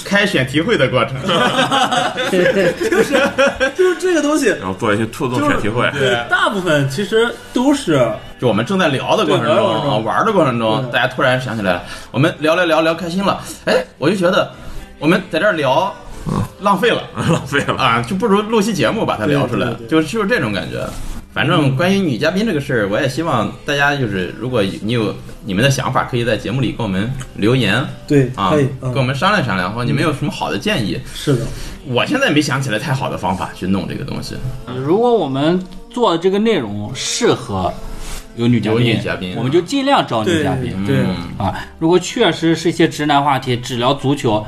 Speaker 2: 开选题会的过程。
Speaker 5: 哎就是这个东西，
Speaker 3: 然后做一些兔动
Speaker 5: 就是
Speaker 3: 选题会。啊
Speaker 5: 对，大部分其实都是
Speaker 2: 就我们正在聊的过程
Speaker 5: 对
Speaker 2: 中
Speaker 5: 玩的过程中
Speaker 2: 啊，玩的过程中，
Speaker 5: 对
Speaker 2: 大家突然想起来了，我们聊聊聊聊开心了，哎，我就觉得我们在这儿聊。浪费了
Speaker 3: 浪费了，
Speaker 2: 啊，就不如录期节目把它聊出来，
Speaker 5: 嗯对对对
Speaker 2: 就是就是这种感觉。反正关于女嘉宾这个事儿，我也希望大家就是，如果你有你们的想法，可以在节目里给我们留言
Speaker 5: 对，
Speaker 2: 啊，
Speaker 5: 可以，
Speaker 2: 跟我
Speaker 5: 嗯，
Speaker 2: 们商量商量，或者你们有什么好的建议。
Speaker 5: 是的，
Speaker 2: 我现在没想起来太好的嗯方法去弄这个东西。
Speaker 4: 如果我们做这个内容适合
Speaker 6: 有女嘉
Speaker 2: 有
Speaker 6: 宾，
Speaker 2: 女嘉宾啊
Speaker 6: 我们就尽量找女
Speaker 5: 对
Speaker 6: 嘉宾
Speaker 5: 对
Speaker 2: 嗯
Speaker 6: 啊。如果确实是一些直男话题，只聊足球，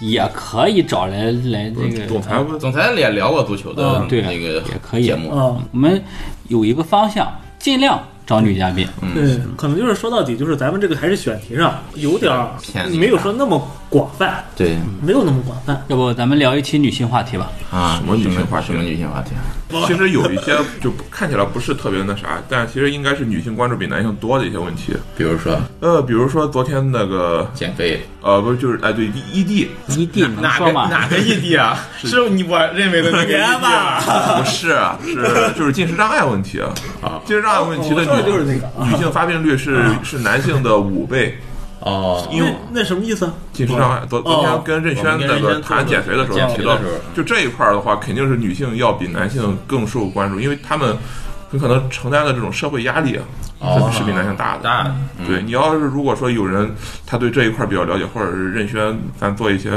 Speaker 6: 也可以找来来这个
Speaker 3: 总裁不
Speaker 2: 总裁也聊过足球的
Speaker 6: 嗯对
Speaker 2: 那个
Speaker 6: 也可以
Speaker 2: 节目，
Speaker 5: 啊，
Speaker 3: 嗯
Speaker 6: 我们有一个方向，尽量找女嘉宾。
Speaker 2: 嗯
Speaker 5: 对，可能就是说到底，就是咱们这个还是选题上有点儿
Speaker 2: 偏离
Speaker 5: 没有说那么广泛，
Speaker 2: 对
Speaker 5: 没有那么广泛。
Speaker 6: 要不咱们聊一期女性话题吧？
Speaker 2: 啊，
Speaker 3: 什么女性话题
Speaker 2: 什么女性话题？啊
Speaker 3: 其实有一些就不看起来不是特别那啥，但其实应该是女性关注比男性多的一些问题。
Speaker 2: 比如说
Speaker 3: 呃，比如说昨天那个
Speaker 2: 减肥，
Speaker 3: 呃，不是就是哎对异地，
Speaker 6: 异地能说吗？
Speaker 2: 个异地啊？是你我认为的那个啊别 吧？
Speaker 3: 不是啊是就是进食障碍问题啊，哦进食障碍问题的
Speaker 5: 哦我知道
Speaker 3: 女
Speaker 5: 就是那个啊
Speaker 3: 女性发病率是是男性的五倍，
Speaker 2: 哦，
Speaker 3: 因为
Speaker 5: 那那什么意思啊？
Speaker 3: 进食障碍，昨昨天哦跟任轩那个谈减肥的时候提到，就这一块儿的话，肯定是女性要比男性更受关注，因为他们很可能承担的这种社会压力啊，
Speaker 2: 哦嗯
Speaker 3: 是比男性大的。
Speaker 2: 大
Speaker 3: 对你要是如果说有人他对这一块比较了解，或者是任轩，咱做一些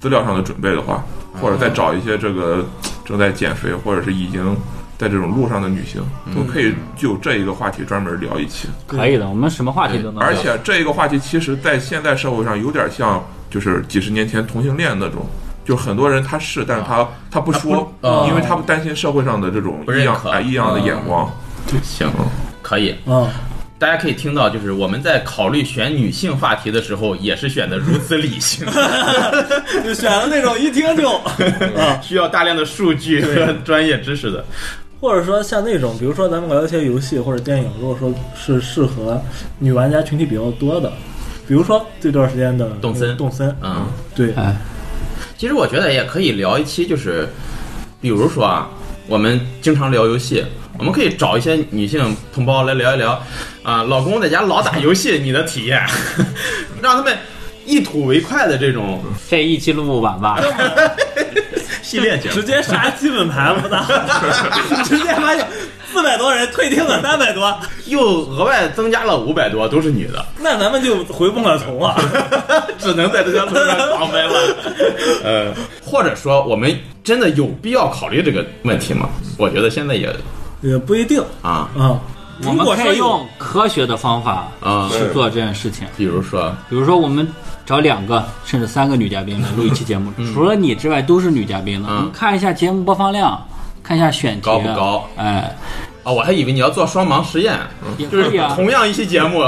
Speaker 3: 资料上的准备的话，或者再找一些这个嗯正在减肥或者是已经在这种路上的女性，嗯都可以就这一个话题专门聊一期。
Speaker 6: 可以的，我们什么话题都能聊。
Speaker 3: 而且这一个话题，其实在现在社会上有点像，就是几十年前同性恋那种。就很多人他是，但是他他不啊说，
Speaker 2: 哦
Speaker 3: 因为啊他不担心社会上的这种
Speaker 2: 不
Speaker 3: 异
Speaker 2: 认
Speaker 3: 样
Speaker 2: 可
Speaker 3: 哎异样的眼光。
Speaker 2: 行，可以。
Speaker 5: 啊，
Speaker 2: 大家可以听到，就是我们在考虑选女性话题的时候，也是选的如此理性，
Speaker 5: 就选了那种一听就啊，
Speaker 2: 需要大量的数据和专业知识的。
Speaker 5: 或者说像那种，比如说咱们聊一些游戏或者电影，如果说是适合女玩家群体比较多的，比如说这段时间的
Speaker 2: 动森
Speaker 5: 动森，
Speaker 2: 嗯，
Speaker 5: 对，
Speaker 6: 哎，
Speaker 2: 其实我觉得也可以聊一期，就是比如说啊，我们经常聊游戏，我们可以找一些女性同胞来聊一聊啊、老公在家老打游戏，你的体验， 让他们一吐为快的这种
Speaker 6: 这一期录不完
Speaker 2: 哎
Speaker 6: 吧？
Speaker 2: 系列节目
Speaker 5: 直。接啥基本盘 不打，直接发现四百多人退订了三百 多，
Speaker 2: 又额外增加了五百多，都是女的，
Speaker 5: 那咱们就回不了头啊。
Speaker 2: 只能在这条路上狂奔了。 呃，或者说，我们真的有必要考虑这个问题吗？我觉得现在也
Speaker 5: 也不一定
Speaker 2: 啊
Speaker 5: 啊。
Speaker 6: 我
Speaker 5: 如
Speaker 6: 们
Speaker 5: 果
Speaker 6: 可
Speaker 5: 说
Speaker 6: 以用科学的方法
Speaker 2: 啊，
Speaker 6: 去做这件事情。
Speaker 2: 比如说，
Speaker 6: 比如说，我们找两个甚至三个女嘉宾来录一期节目，除了你之外都是女嘉宾的。
Speaker 2: 嗯
Speaker 6: 我们看一下节目播放量，看一下选题
Speaker 2: 高不高？
Speaker 6: 哎，
Speaker 2: 啊，我还以为你要做双盲实验，
Speaker 6: 也
Speaker 2: 就
Speaker 6: 可
Speaker 2: 是
Speaker 6: 以啊。
Speaker 2: 同样一期 节目，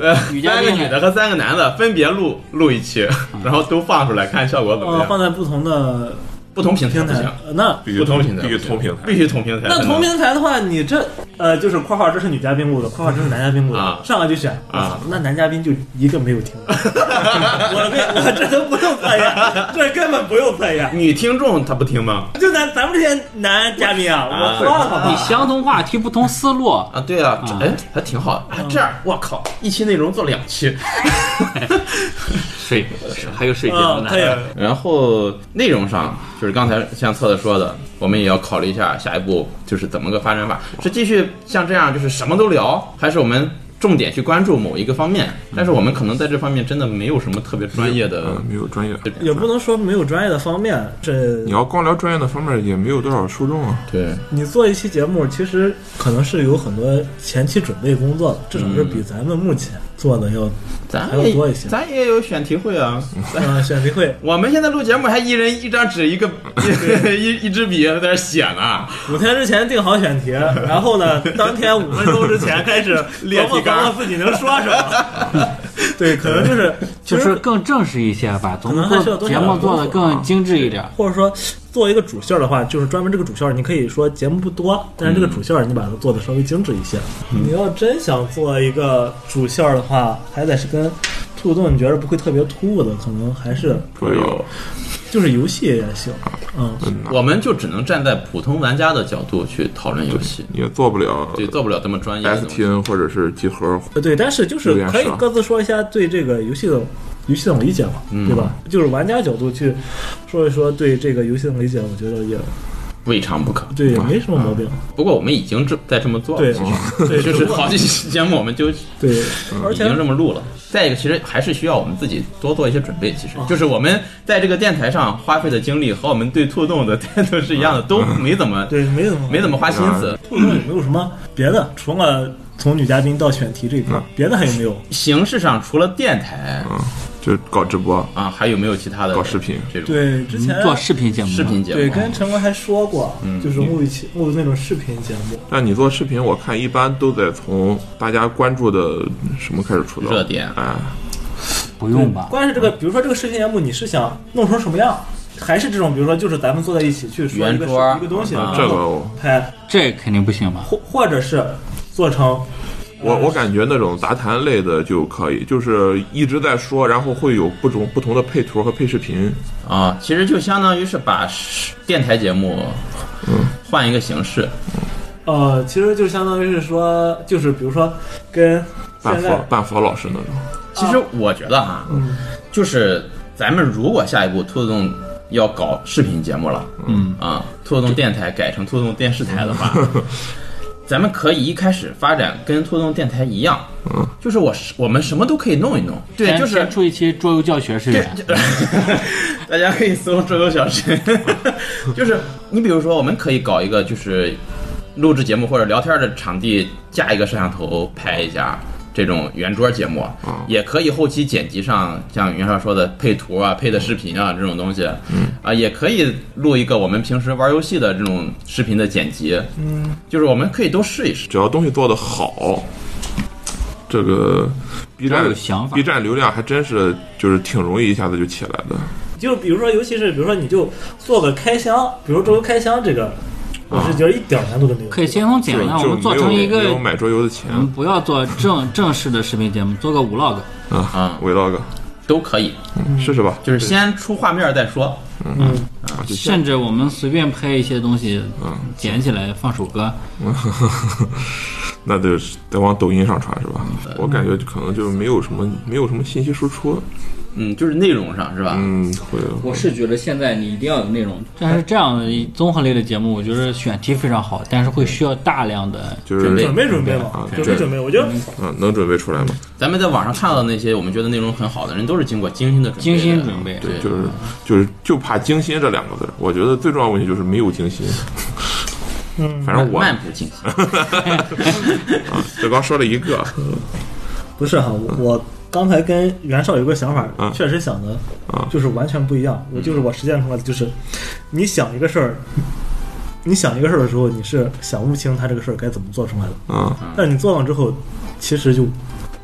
Speaker 2: 呃，
Speaker 6: 女嘉
Speaker 2: 三
Speaker 6: 宾嗯
Speaker 2: 个女的和三个男的分别录录一期，然后都放出来看效果怎么
Speaker 6: 哦
Speaker 5: 呃，放
Speaker 2: 样。
Speaker 5: 在不同的
Speaker 2: 不同平台
Speaker 5: 平
Speaker 2: 不
Speaker 5: 台
Speaker 2: 行，，
Speaker 5: 呃那
Speaker 3: 必须
Speaker 2: 不同平台
Speaker 3: 必须
Speaker 2: 不行
Speaker 3: 同平台
Speaker 2: 必。须同平台才
Speaker 5: 那
Speaker 2: 能。
Speaker 5: 同平台的话，你这呃就是括号这是女嘉宾录的，括号这是男嘉宾录
Speaker 2: 啊
Speaker 5: 的，上来就选
Speaker 2: 啊，
Speaker 5: 那男嘉宾就一个没有听 过，我这我这都不用测验，这根本不用测验，
Speaker 2: 女听众她不听吗？
Speaker 5: 就咱咱们这些男嘉宾啊，
Speaker 2: 啊
Speaker 5: 我算了
Speaker 6: 你
Speaker 5: 吧，
Speaker 6: 相同话题不同思路，
Speaker 2: 啊，对啊，这哎还挺好啊，这样
Speaker 6: 嗯
Speaker 2: 我靠，一期内容做两期，
Speaker 6: 睡还有睡觉
Speaker 2: 啊
Speaker 5: 嗯，
Speaker 6: 呢
Speaker 5: 可。以，
Speaker 2: 然后内容上，就是刚才像策策说的，我们也要考虑一下下一步就是怎么个发展法，是继续像这样就是什么都聊，还是我们重点去关注某一个方面？
Speaker 5: 嗯
Speaker 2: 但是我们可能在这方面真的没有什么特别专业的
Speaker 3: 嗯，没有专业，
Speaker 5: 也不能说没有专业的方面，这
Speaker 3: 你要光聊专业的方面，也没有多少受众啊。
Speaker 2: 对
Speaker 5: 你做一期节目，其实可能是有很多前期准备工作的，至少是比咱们目前做 的要，
Speaker 2: 咱
Speaker 5: 还要
Speaker 2: 也
Speaker 5: 多一些
Speaker 2: 咱也有选题会啊，
Speaker 5: 呃，选题会
Speaker 2: 我们现在录节目还一人一张纸一个 一一支笔在那儿写呢，
Speaker 5: 五天之前定 好选题，然后呢，当天五分钟之前开始琢磨琢磨自己能说什 么。对，可能就是
Speaker 6: 就
Speaker 5: 其实
Speaker 6: 是更正式一些吧，总
Speaker 5: 能还需
Speaker 6: 做
Speaker 5: 要多
Speaker 6: 节
Speaker 5: 点啊
Speaker 6: 目
Speaker 5: 工
Speaker 6: 做
Speaker 5: 作
Speaker 6: 的更精致一点。
Speaker 5: 或者说做一个主线儿的话，就是专门这个主线儿，你可以说节目不多，但
Speaker 6: 嗯
Speaker 5: 是这个主线儿你把它做的稍微精致一些。你要真想做一个主线儿的话，还得是跟兔子洞你觉得不会特别突兀的，可能还是
Speaker 6: 嗯
Speaker 3: 不有，
Speaker 5: 就是游戏也行，嗯，
Speaker 2: 我们就只能站在普通玩家的角度去讨论游戏，
Speaker 3: 你也做不了
Speaker 2: 对，做不了这么专业的东西。
Speaker 3: STN 或者是集合。
Speaker 5: 呃对，但是就是
Speaker 3: 有点
Speaker 5: 可以
Speaker 3: 少
Speaker 5: 各自说一下对这个游戏的游戏系统理解嘛，对吧？就是玩家角度去说一说对这个游戏系统理解，我觉得也
Speaker 2: 未尝不可。
Speaker 5: 对，也没什么毛病，
Speaker 2: 不过我们已经这在这么做了，
Speaker 5: 对
Speaker 2: 其实。
Speaker 5: 对，
Speaker 2: 就是好几期节目我们就已
Speaker 5: 对，而且
Speaker 2: 经这么录了。再一个，其实还是需要我们自己多做一些准备。其实
Speaker 5: 哦
Speaker 2: 就是我们在这个电台上花费的精力和我们对兔洞的 态度是一样的，都没怎么
Speaker 5: 嗯对没怎么
Speaker 2: 没怎么花心思。
Speaker 5: 兔子洞有没有什么别的？除了从女嘉宾到选题这一块儿，别的还有没有？
Speaker 2: 形式上除了电台
Speaker 5: 嗯
Speaker 3: 就搞直播，
Speaker 2: 啊，还有没有其他的
Speaker 3: 搞视频
Speaker 2: 这种
Speaker 5: 对，之前
Speaker 6: 做视频节目吗，
Speaker 2: 视频节目？
Speaker 5: 对跟陈文还说过，就是录一期录那种视频节目，
Speaker 3: 但你做视频，我看一般都得从大家关注的什么开始出道，
Speaker 2: 热点
Speaker 3: 哎，
Speaker 6: 不用吧？
Speaker 5: 嗯关键是这个，比如说这个视频节目，你是想弄成什么样？还是这种，比如说就是咱们坐在一起去说一
Speaker 2: 圆
Speaker 5: 个
Speaker 2: 桌
Speaker 5: 一个东西，
Speaker 2: 啊
Speaker 5: 然后
Speaker 3: 这个我
Speaker 5: 拍，
Speaker 6: 这肯定不行吧？
Speaker 5: 或或者是做成
Speaker 3: 我我感觉那种杂谈类的就可以，就是一直在说，然后会有不同不同的配图和配视频，
Speaker 2: 啊，其实就相当于是把视电台节目
Speaker 5: 嗯
Speaker 2: 换一个形式，
Speaker 5: 呃，其实就相当于是说，就是比如说跟
Speaker 3: 半
Speaker 5: 现在
Speaker 3: 佛半佛老师那种。
Speaker 2: 其实我觉得哈，就是咱们如果下一步兔子洞要搞视频节目了，嗯啊，兔子洞电台改成兔子洞电视台的 话，咱们可以一开始发展跟兔子洞电台一样，嗯，就是我是我们什么都可以弄一弄，对，
Speaker 6: 先
Speaker 2: 就是
Speaker 6: 先出一期桌游教学是吧？
Speaker 2: 大家可以搜“桌游小神”， 就是你比如说，我们可以搞一个就是录制节目或者聊天的场地，架一个摄像头拍一下这种圆桌节目，啊也可以后期剪辑上像袁绍说的配图啊、配的视频啊这种东西，啊，也可以录一个我们平时玩游戏的这种视频的剪辑，嗯，就是我们可以都试一试。
Speaker 3: 只要东西做得好，这个 B
Speaker 6: 要
Speaker 3: 站
Speaker 6: 有想法
Speaker 3: B 站流量还真是就是挺容易一下子就起来的。
Speaker 5: 就比如说，尤其是比如说，你就做个开箱，比如桌游开箱这个，我
Speaker 3: 啊
Speaker 5: 是觉得一点儿难度都没有。
Speaker 6: 可以先从简单，我
Speaker 3: 就
Speaker 6: 们做
Speaker 3: 就
Speaker 6: 成
Speaker 3: 没
Speaker 6: 一
Speaker 3: 有没
Speaker 6: 个嗯
Speaker 3: 有，买桌游的钱
Speaker 6: 我们不要做正正式的视频节目，做个 vlog。
Speaker 3: 啊
Speaker 2: 啊
Speaker 3: ，vlog
Speaker 2: 都可以，
Speaker 3: 试试吧，
Speaker 2: 就是先出画面再说，
Speaker 5: 嗯，
Speaker 3: 啊就先
Speaker 6: 甚至我们随便拍一些东西，捡起来放首歌，
Speaker 3: 那得得往抖音上传是吧？我感觉可能就是没有什么没有什么信息输出，
Speaker 2: 嗯，就是内容上是吧？
Speaker 3: 嗯，会
Speaker 6: 我是觉得现在你一定要有内容，但是这样的综合类的节目，我觉得选题非常好，但是会需要大量的
Speaker 3: 就
Speaker 2: 准
Speaker 3: 是
Speaker 2: 备
Speaker 5: 准备准备嘛
Speaker 3: 啊，
Speaker 5: 准备准备。我觉得
Speaker 3: 嗯，能准备出来吗？
Speaker 2: 咱们在网上看到的那些我们觉得内容很好的人，都是经过精心的嗯准备的
Speaker 6: 精心准备
Speaker 2: 对，
Speaker 3: 就是就是就怕精心这两个字儿，我觉得最重要的问题就是没有精心。
Speaker 5: 嗯
Speaker 3: 反正我
Speaker 2: 漫不经心。
Speaker 3: 这刚说了一个，
Speaker 5: 不是哈，我我刚才跟袁绍有个想法
Speaker 3: 嗯，
Speaker 5: 确实想的
Speaker 3: 嗯，
Speaker 5: 就是完全不一样。我就是我实践出来的，就是你想一个事儿，你想一个事儿的时候，你是想不清它这个事儿该怎么做出来的，
Speaker 3: 嗯，
Speaker 5: 但你做了之后，其实就。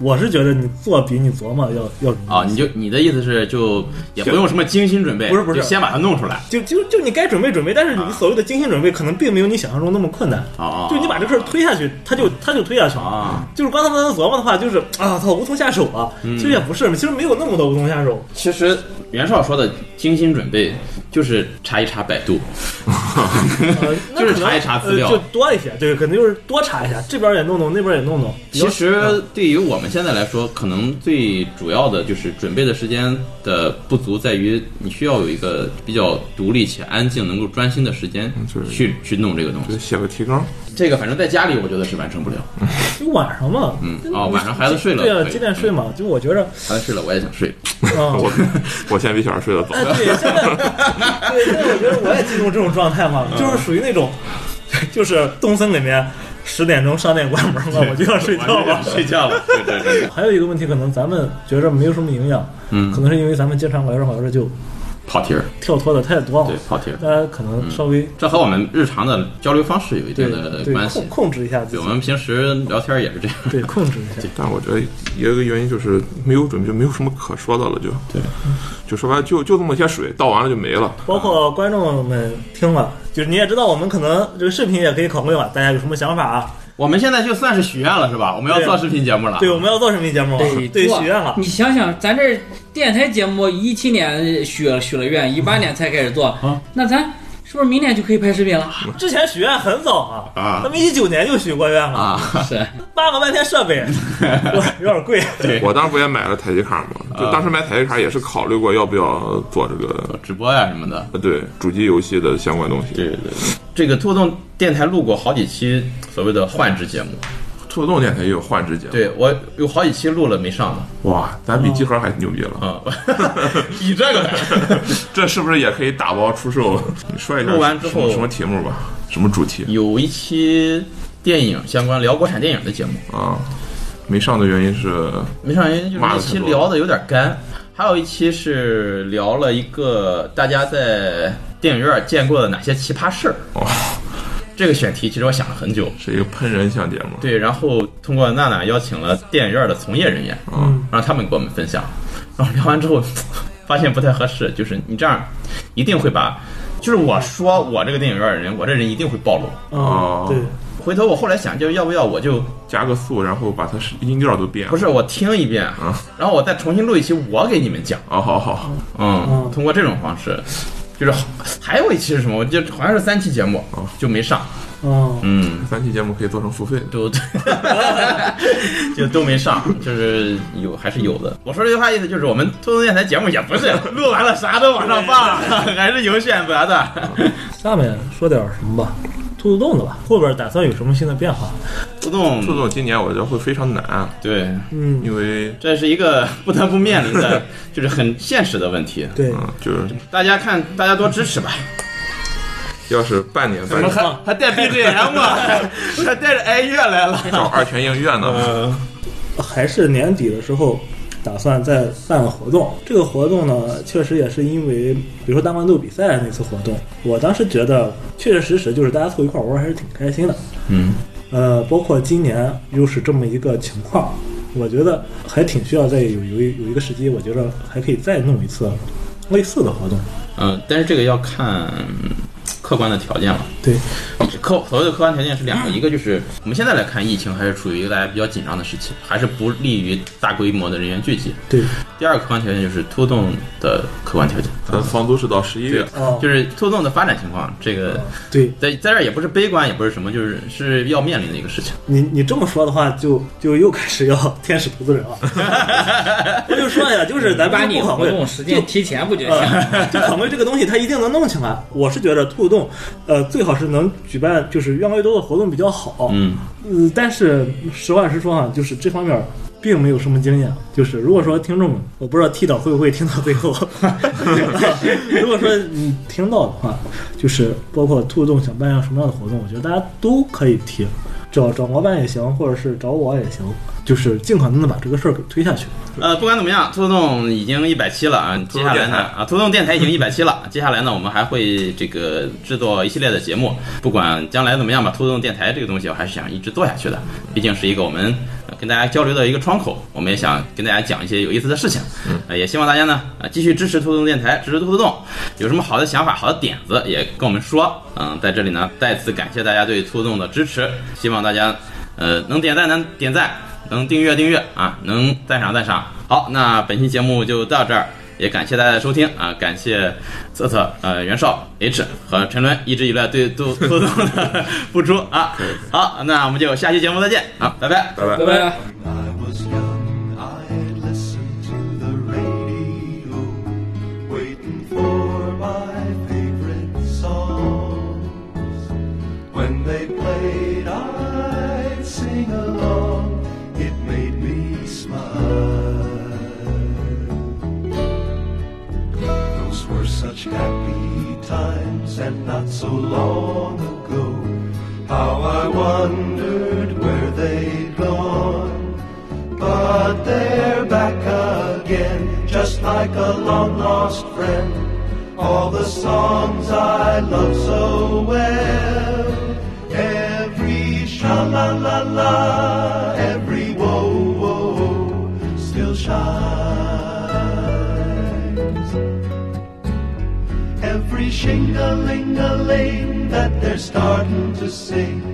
Speaker 5: 我是觉得你做比你琢磨要要容易
Speaker 2: 啊，你就你的意思是就也不用什么精心准备，
Speaker 5: 不是不是
Speaker 2: 就先把它弄出来。
Speaker 5: 就就就你该准备准备，但是你所谓的精心准备，可能并没有你想象中那么困难。
Speaker 2: 哦
Speaker 5: 就你把这事儿推下去，他就他就推下去
Speaker 2: 啊。
Speaker 5: 就是刚才咱琢磨的话，就是啊操，无从下手啊。其实也不是，其实没有那么多无从下手。
Speaker 2: 其实袁绍说的精心准备，就是查一查百 度，
Speaker 5: 呃那
Speaker 2: 就是
Speaker 5: 可能
Speaker 2: 查一查资料
Speaker 5: 呃就多一些，对，可能就是多查一下，这边也弄弄，那边也弄弄。
Speaker 2: 其实对于我们现在来说，可能最主要的就是准备的时间的不足，在于你需要有一个比较独立且安静、能够专心的时间
Speaker 3: 就是
Speaker 2: 去去弄这个东
Speaker 3: 就
Speaker 2: 西。
Speaker 3: 写个提纲，
Speaker 2: 这个反正在家里，我觉得是完成不了。
Speaker 5: 就晚上嘛，
Speaker 2: 嗯
Speaker 5: 就
Speaker 2: 哦晚上孩子睡了
Speaker 5: 对啊
Speaker 2: 可，以嗯
Speaker 5: 几点睡嘛？就我觉着，
Speaker 2: 他睡了，我也想 睡。哦
Speaker 5: 啊，
Speaker 3: 我我现在比小孩睡得早
Speaker 5: 哎，，
Speaker 2: 嗯
Speaker 5: 对，现 在，对，现在我觉得我也进入这种状态嘛，
Speaker 2: 嗯
Speaker 5: 就是属于那种，就是东森里面十点钟商店关门了，我就要睡觉了。
Speaker 2: 哦睡觉了。 对对对。
Speaker 5: 还有一个问题，可能咱们觉着没有什么营养，
Speaker 2: 嗯
Speaker 5: 可能是因为咱们经常玩着玩着就
Speaker 2: 跑题儿，
Speaker 5: 跳脱的太多了
Speaker 2: 对，跑题儿。
Speaker 5: 大家可能稍微
Speaker 2: 这和我们日常的交流方式有一定
Speaker 5: 对
Speaker 2: 的
Speaker 5: 对
Speaker 2: 关系
Speaker 5: 控。控制一下自
Speaker 2: 对，
Speaker 5: 己
Speaker 2: 我，们平时聊天也是这样。
Speaker 5: 对控制一下。
Speaker 3: 但我觉得也有一个原因就是没有准备，就没有什么可说的了，就
Speaker 2: 对，
Speaker 3: 就说白了就就这么些水，倒完了就没了。
Speaker 5: 包括观众们听了，就是你也知道，我们可能这个视频也可以考虑嘛，大家有什么想法啊？
Speaker 2: 我们现在就算是许愿了，是吧？我们要
Speaker 5: 对啊
Speaker 2: 做视频节目了。
Speaker 5: 对，我们要做什么节目啊？ 对，
Speaker 7: 做
Speaker 5: 许愿 了
Speaker 7: 你。想想，咱这电台节目一七年许了许了愿，一八年才开始做，
Speaker 5: 啊
Speaker 7: 那咱是不是明年就可以拍视频了？
Speaker 5: 之前许愿很早啊，
Speaker 2: 啊
Speaker 5: 咱们一九年就许过愿了，
Speaker 2: 啊，
Speaker 7: 是，
Speaker 5: 八个半天 设备，有点有点贵。
Speaker 2: 对
Speaker 3: 我当时不也买了台机卡吗？
Speaker 2: 啊
Speaker 3: 就当时买台机卡也是考虑过要不要做这个，
Speaker 2: 直播呀、什么的。
Speaker 3: 呃，对，主机游戏的相关东西。
Speaker 2: 对，这个拖动电台录过好几期所谓的换职节目，
Speaker 3: 兔动电台也有换职节目。，
Speaker 2: 对我有好几期录了没上的
Speaker 3: 哇，咱比集合还牛逼了，
Speaker 2: 啊。以这个来，
Speaker 3: 这是不是也可以打包出售？你说一下
Speaker 2: 录完之后
Speaker 3: 什么什么题目吧，什么主题？
Speaker 2: 有一期电影相关聊国产电影的节目，
Speaker 3: 啊，没上的原因是
Speaker 2: 没上原因就是
Speaker 3: 骂
Speaker 2: 那
Speaker 3: 得
Speaker 2: 期
Speaker 3: 太多了
Speaker 2: 聊的有点干，还有一期是聊了一个大家在电影院见过的哪些奇葩事儿。
Speaker 3: 哦，
Speaker 2: 这个选题其实我想了很久，
Speaker 3: 是一个喷人像节目，
Speaker 2: 对，然后通过娜娜邀请了电影院的从业人员，
Speaker 3: 嗯，
Speaker 2: 让他们给我们分享，然后聊完之后发现不太合适，就是你这样一定会把，就是我说我这个电影院的人，我这人一定会暴露。哦
Speaker 5: 嗯， 对，
Speaker 2: 回头我后来想，就是要不要我就
Speaker 3: 加个速，然后把它是音调都变了。
Speaker 2: 不是我听一遍，
Speaker 3: 嗯
Speaker 2: 然后我再重新录一期，我给你们讲。
Speaker 3: 哦，好好，
Speaker 2: 嗯
Speaker 5: 嗯，
Speaker 2: 通过这种方式，就是好还有一期是什么？我就好像是三期节目
Speaker 3: 哦
Speaker 2: 就没上，
Speaker 5: 嗯，
Speaker 2: 啊嗯，
Speaker 3: 三期节目可以做成付费的。
Speaker 2: 都 就都没上，就是有还是有的。我说这句话意思就是，我们偷偷电台节目也不是录完了啥都往上放， 还是有选择的。
Speaker 5: 下面说点什么吧，兔子洞的吧，后边打算有什么新的变化？
Speaker 2: 互动
Speaker 3: 兔，总今年我觉得会非常难，啊
Speaker 2: 对，
Speaker 5: 嗯，
Speaker 3: 因为
Speaker 2: 这是一个不得不面临的，就是很现实的问题。
Speaker 5: 对，
Speaker 3: 嗯，就是
Speaker 2: 大家看，大家多支持吧。
Speaker 3: 要是半年半年
Speaker 2: 还带 BGM 啊，还带着哀乐来了。
Speaker 3: 找二泉映月呢，
Speaker 5: 还是年底的时候。打算再办个活动，这个活动呢，确实也是因为，比如说大乱斗比赛那次活动，我当时觉得确确实实就是大家凑一块玩儿还是挺开心的，
Speaker 2: 嗯，
Speaker 5: 呃，包括今年又是这么一个情况，我觉得还挺需要再有有一有一个时机，我觉得还可以再弄一次类似的活动。
Speaker 2: 嗯，但是这个要看客观的条件了。
Speaker 5: 对，
Speaker 2: 客所谓的客观条件是两个，一个就是我们现在来看，疫情还是处于一个大家比较紧张的时期，还是不利于大规模的人员聚集。
Speaker 5: 对，
Speaker 2: 第二个客观条件就是拖动的客观条件，
Speaker 3: 咱房租是到十一月，
Speaker 5: 哦
Speaker 2: 就是拖动的发展情况。这个
Speaker 5: 对
Speaker 2: 在在这儿也不是悲观，也不是什么，就是是要面临的一个事情。
Speaker 5: 你你这么说的话，就就又开始要 天使投资人了。我就说呀，就是咱
Speaker 7: 把
Speaker 5: 们
Speaker 7: 你
Speaker 5: 就不考
Speaker 7: 活
Speaker 5: 虑
Speaker 7: 动时间提前不就行？
Speaker 5: 呃，就考虑这个东西，它一定能弄起来。我是觉得兔洞，呃，最好是能举办就是越来越多的活动比较好。
Speaker 2: 嗯，
Speaker 5: 呃，但是实话实说啊，就是这方面儿并没有什么经验。就是如果说听众们，我不知道 T 导会不会听到最后。如果说你听到的话，就是包括兔洞想办一个什么样的活动，我觉得大家都可以提，找找老板也行，或者是找我也行，就是尽可能的把这个事儿给推下去。
Speaker 2: 呃，不管怎么样，兔动已经一百期了啊，接下来呢啊，兔动电台已经一百期了，接下来呢，我们还会这个制作一系列的节目，不管将来怎么样吧，兔动电台这个东西我还是想一直做下去的，毕竟是一个我们、呃跟大家交流的一个窗口，我们也想跟大家讲一些有意思的事情，呃、也希望大家呢啊、继续支持兔动电台，支持兔动，有什么好的想法、好的点子也跟我们说，嗯，在这里呢再次感谢大家对兔动的支持，希望大家呃能点赞能点赞。能订阅订阅啊，能赞赏赞赏。好，那本期节目就到这儿，也感谢大家的收听啊，感谢策策、呃袁绍、H 和陈伦一直以来对 杜杜总的付出啊。好，那我们就下期节目再见啊，拜拜。
Speaker 5: 呃
Speaker 3: 拜拜
Speaker 7: 拜。拜。
Speaker 1: I was young, I'd listen to the radio, waiting for my favorite songs. When they played, I'd sing along, it made me smile. Those were such happy times and not so long ago. How I wondered where they'd gone. But they're back again, just like a long lost friend. All the songs I love so well. Every sha la la la, every whoa whoa, still shines. Every shing a ling a ling that they're starting to sing